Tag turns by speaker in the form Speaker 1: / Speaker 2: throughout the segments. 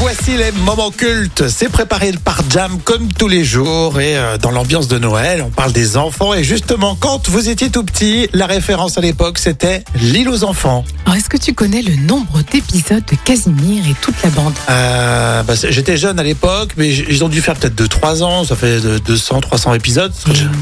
Speaker 1: Voici les moments cultes. C'est préparé par Jam comme tous les jours et euh, dans l'ambiance de Noël, on parle des enfants. Et justement, quand vous étiez tout petit, la référence à l'époque, c'était l'île aux enfants.
Speaker 2: Alors, est-ce que tu connais le nombre d'épisodes de Casimir et toute la bande
Speaker 1: Euh, bah, c'est- J'étais jeune à l'époque, mais j- ils ont dû faire peut-être 2-3 ans. Ça fait de- 200, 300 épisodes.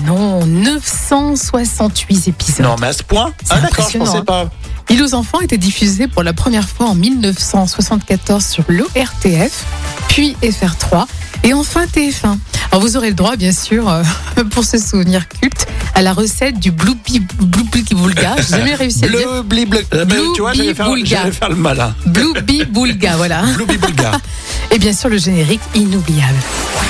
Speaker 2: Non, 968 épisodes.
Speaker 1: Non, mais à ce point
Speaker 2: C'est
Speaker 1: Ah d'accord, je
Speaker 2: impressionnant,
Speaker 1: pensais
Speaker 2: hein.
Speaker 1: pas.
Speaker 2: L'île aux enfants était diffusée pour la première fois en 1974 sur l'ORTF, puis FR3 et enfin TF1. Alors vous aurez le droit, bien sûr, euh, pour ce souvenir culte, à la recette du Bloopy Bloopy Boulga. J'ai jamais réussi à le dire.
Speaker 1: Bleu, bli, bleu. Euh, mais
Speaker 2: Blue
Speaker 1: tu vois,
Speaker 2: Bee
Speaker 1: j'allais faire,
Speaker 2: Bulga.
Speaker 1: j'allais faire le malin.
Speaker 2: Bloopy Boulga, voilà.
Speaker 1: Blue Bee Bulga.
Speaker 2: Et bien sûr, le générique inoubliable.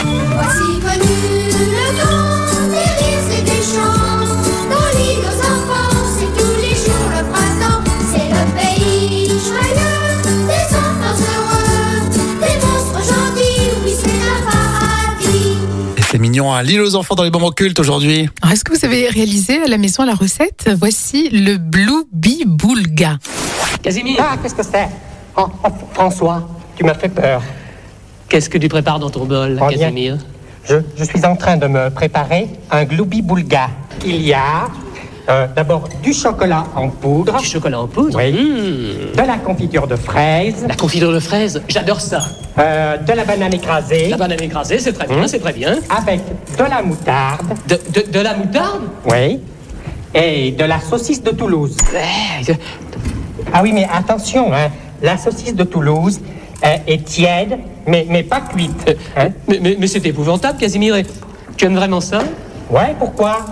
Speaker 3: Voici venu le temps des rires et des chants. Dans l'île aux enfants, c'est tous les jours le printemps. C'est le pays joyeux, des enfants heureux, des monstres gentils. Oui, c'est un paradis.
Speaker 1: Et c'est mignon, hein. l'île aux enfants dans les moments cultes aujourd'hui.
Speaker 2: Alors, est-ce que vous avez réalisé à la maison la recette Voici le Bloopy Boulga.
Speaker 4: Casimir,
Speaker 5: Ah, qu'est-ce que c'est Fran- Fran- François, tu m'as fait peur.
Speaker 4: qu'est-ce que tu prépares dans ton bol,
Speaker 5: Rien.
Speaker 4: Casimir
Speaker 5: Je, je suis en train de me préparer un gloubi boulga. Il y a euh, d'abord du chocolat en poudre,
Speaker 4: Du chocolat en poudre
Speaker 5: Oui.
Speaker 4: Mmh.
Speaker 5: de la confiture de fraises,
Speaker 4: La confiture de fraises, j'adore ça.
Speaker 5: euh, de la banane écrasée,
Speaker 4: La banane écrasée, c'est très
Speaker 5: Hum.
Speaker 4: bien, c'est très bien.
Speaker 5: avec de la moutarde,
Speaker 4: De, de- de la moutarde
Speaker 5: oui, et de la saucisse de Toulouse.
Speaker 4: Eh, je-
Speaker 5: Ah oui, mais attention, hein, la saucisse de Toulouse euh, est tiède, mais, mais pas cuite. Hein?
Speaker 4: Euh, Mais, mais- mais c'est épouvantable, Casimir. et Tu aimes vraiment ça
Speaker 5: Ouais, pourquoi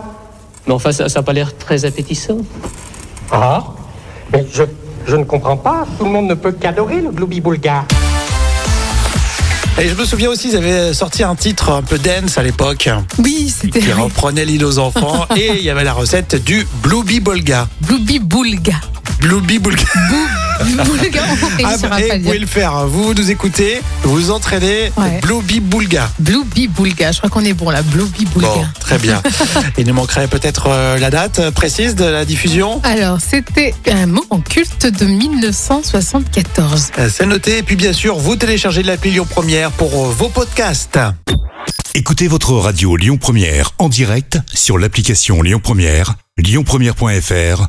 Speaker 4: Mais enfin, ça n'a pas l'air très appétissant.
Speaker 5: Ah, mais je, je ne comprends pas. Tout le monde ne peut qu'adorer le gloubi boulga.
Speaker 1: Et je me souviens aussi, ils avaient sorti un titre un peu dance à l'époque.
Speaker 2: Oui, c'était
Speaker 1: qui reprenait l'île aux enfants et il y avait la recette du Blooby Bolga.
Speaker 2: Bloopy Boulga.
Speaker 1: Blooby Bolga.
Speaker 2: Boulga, on réussit à
Speaker 1: Ah, et vous
Speaker 2: pas le dire.
Speaker 1: pouvez le faire, hein. vous nous écoutez, vous vous entraînez,
Speaker 2: Ouais.
Speaker 1: Blooby Bolga.
Speaker 2: Bloopy Boulga, je crois qu'on est bon là, Bloopy Boulga.
Speaker 1: Bon, très bien. Il nous manquerait peut-être euh, la date précise de la diffusion.
Speaker 2: Alors, c'était un moment culte de 1974.
Speaker 1: Euh, C'est noté. Et puis, bien sûr, vous téléchargez l'appli Lyon Première pour euh, vos podcasts.
Speaker 6: Écoutez votre radio Lyon Première en direct sur l'application Lyon Première, lyonpremière.fr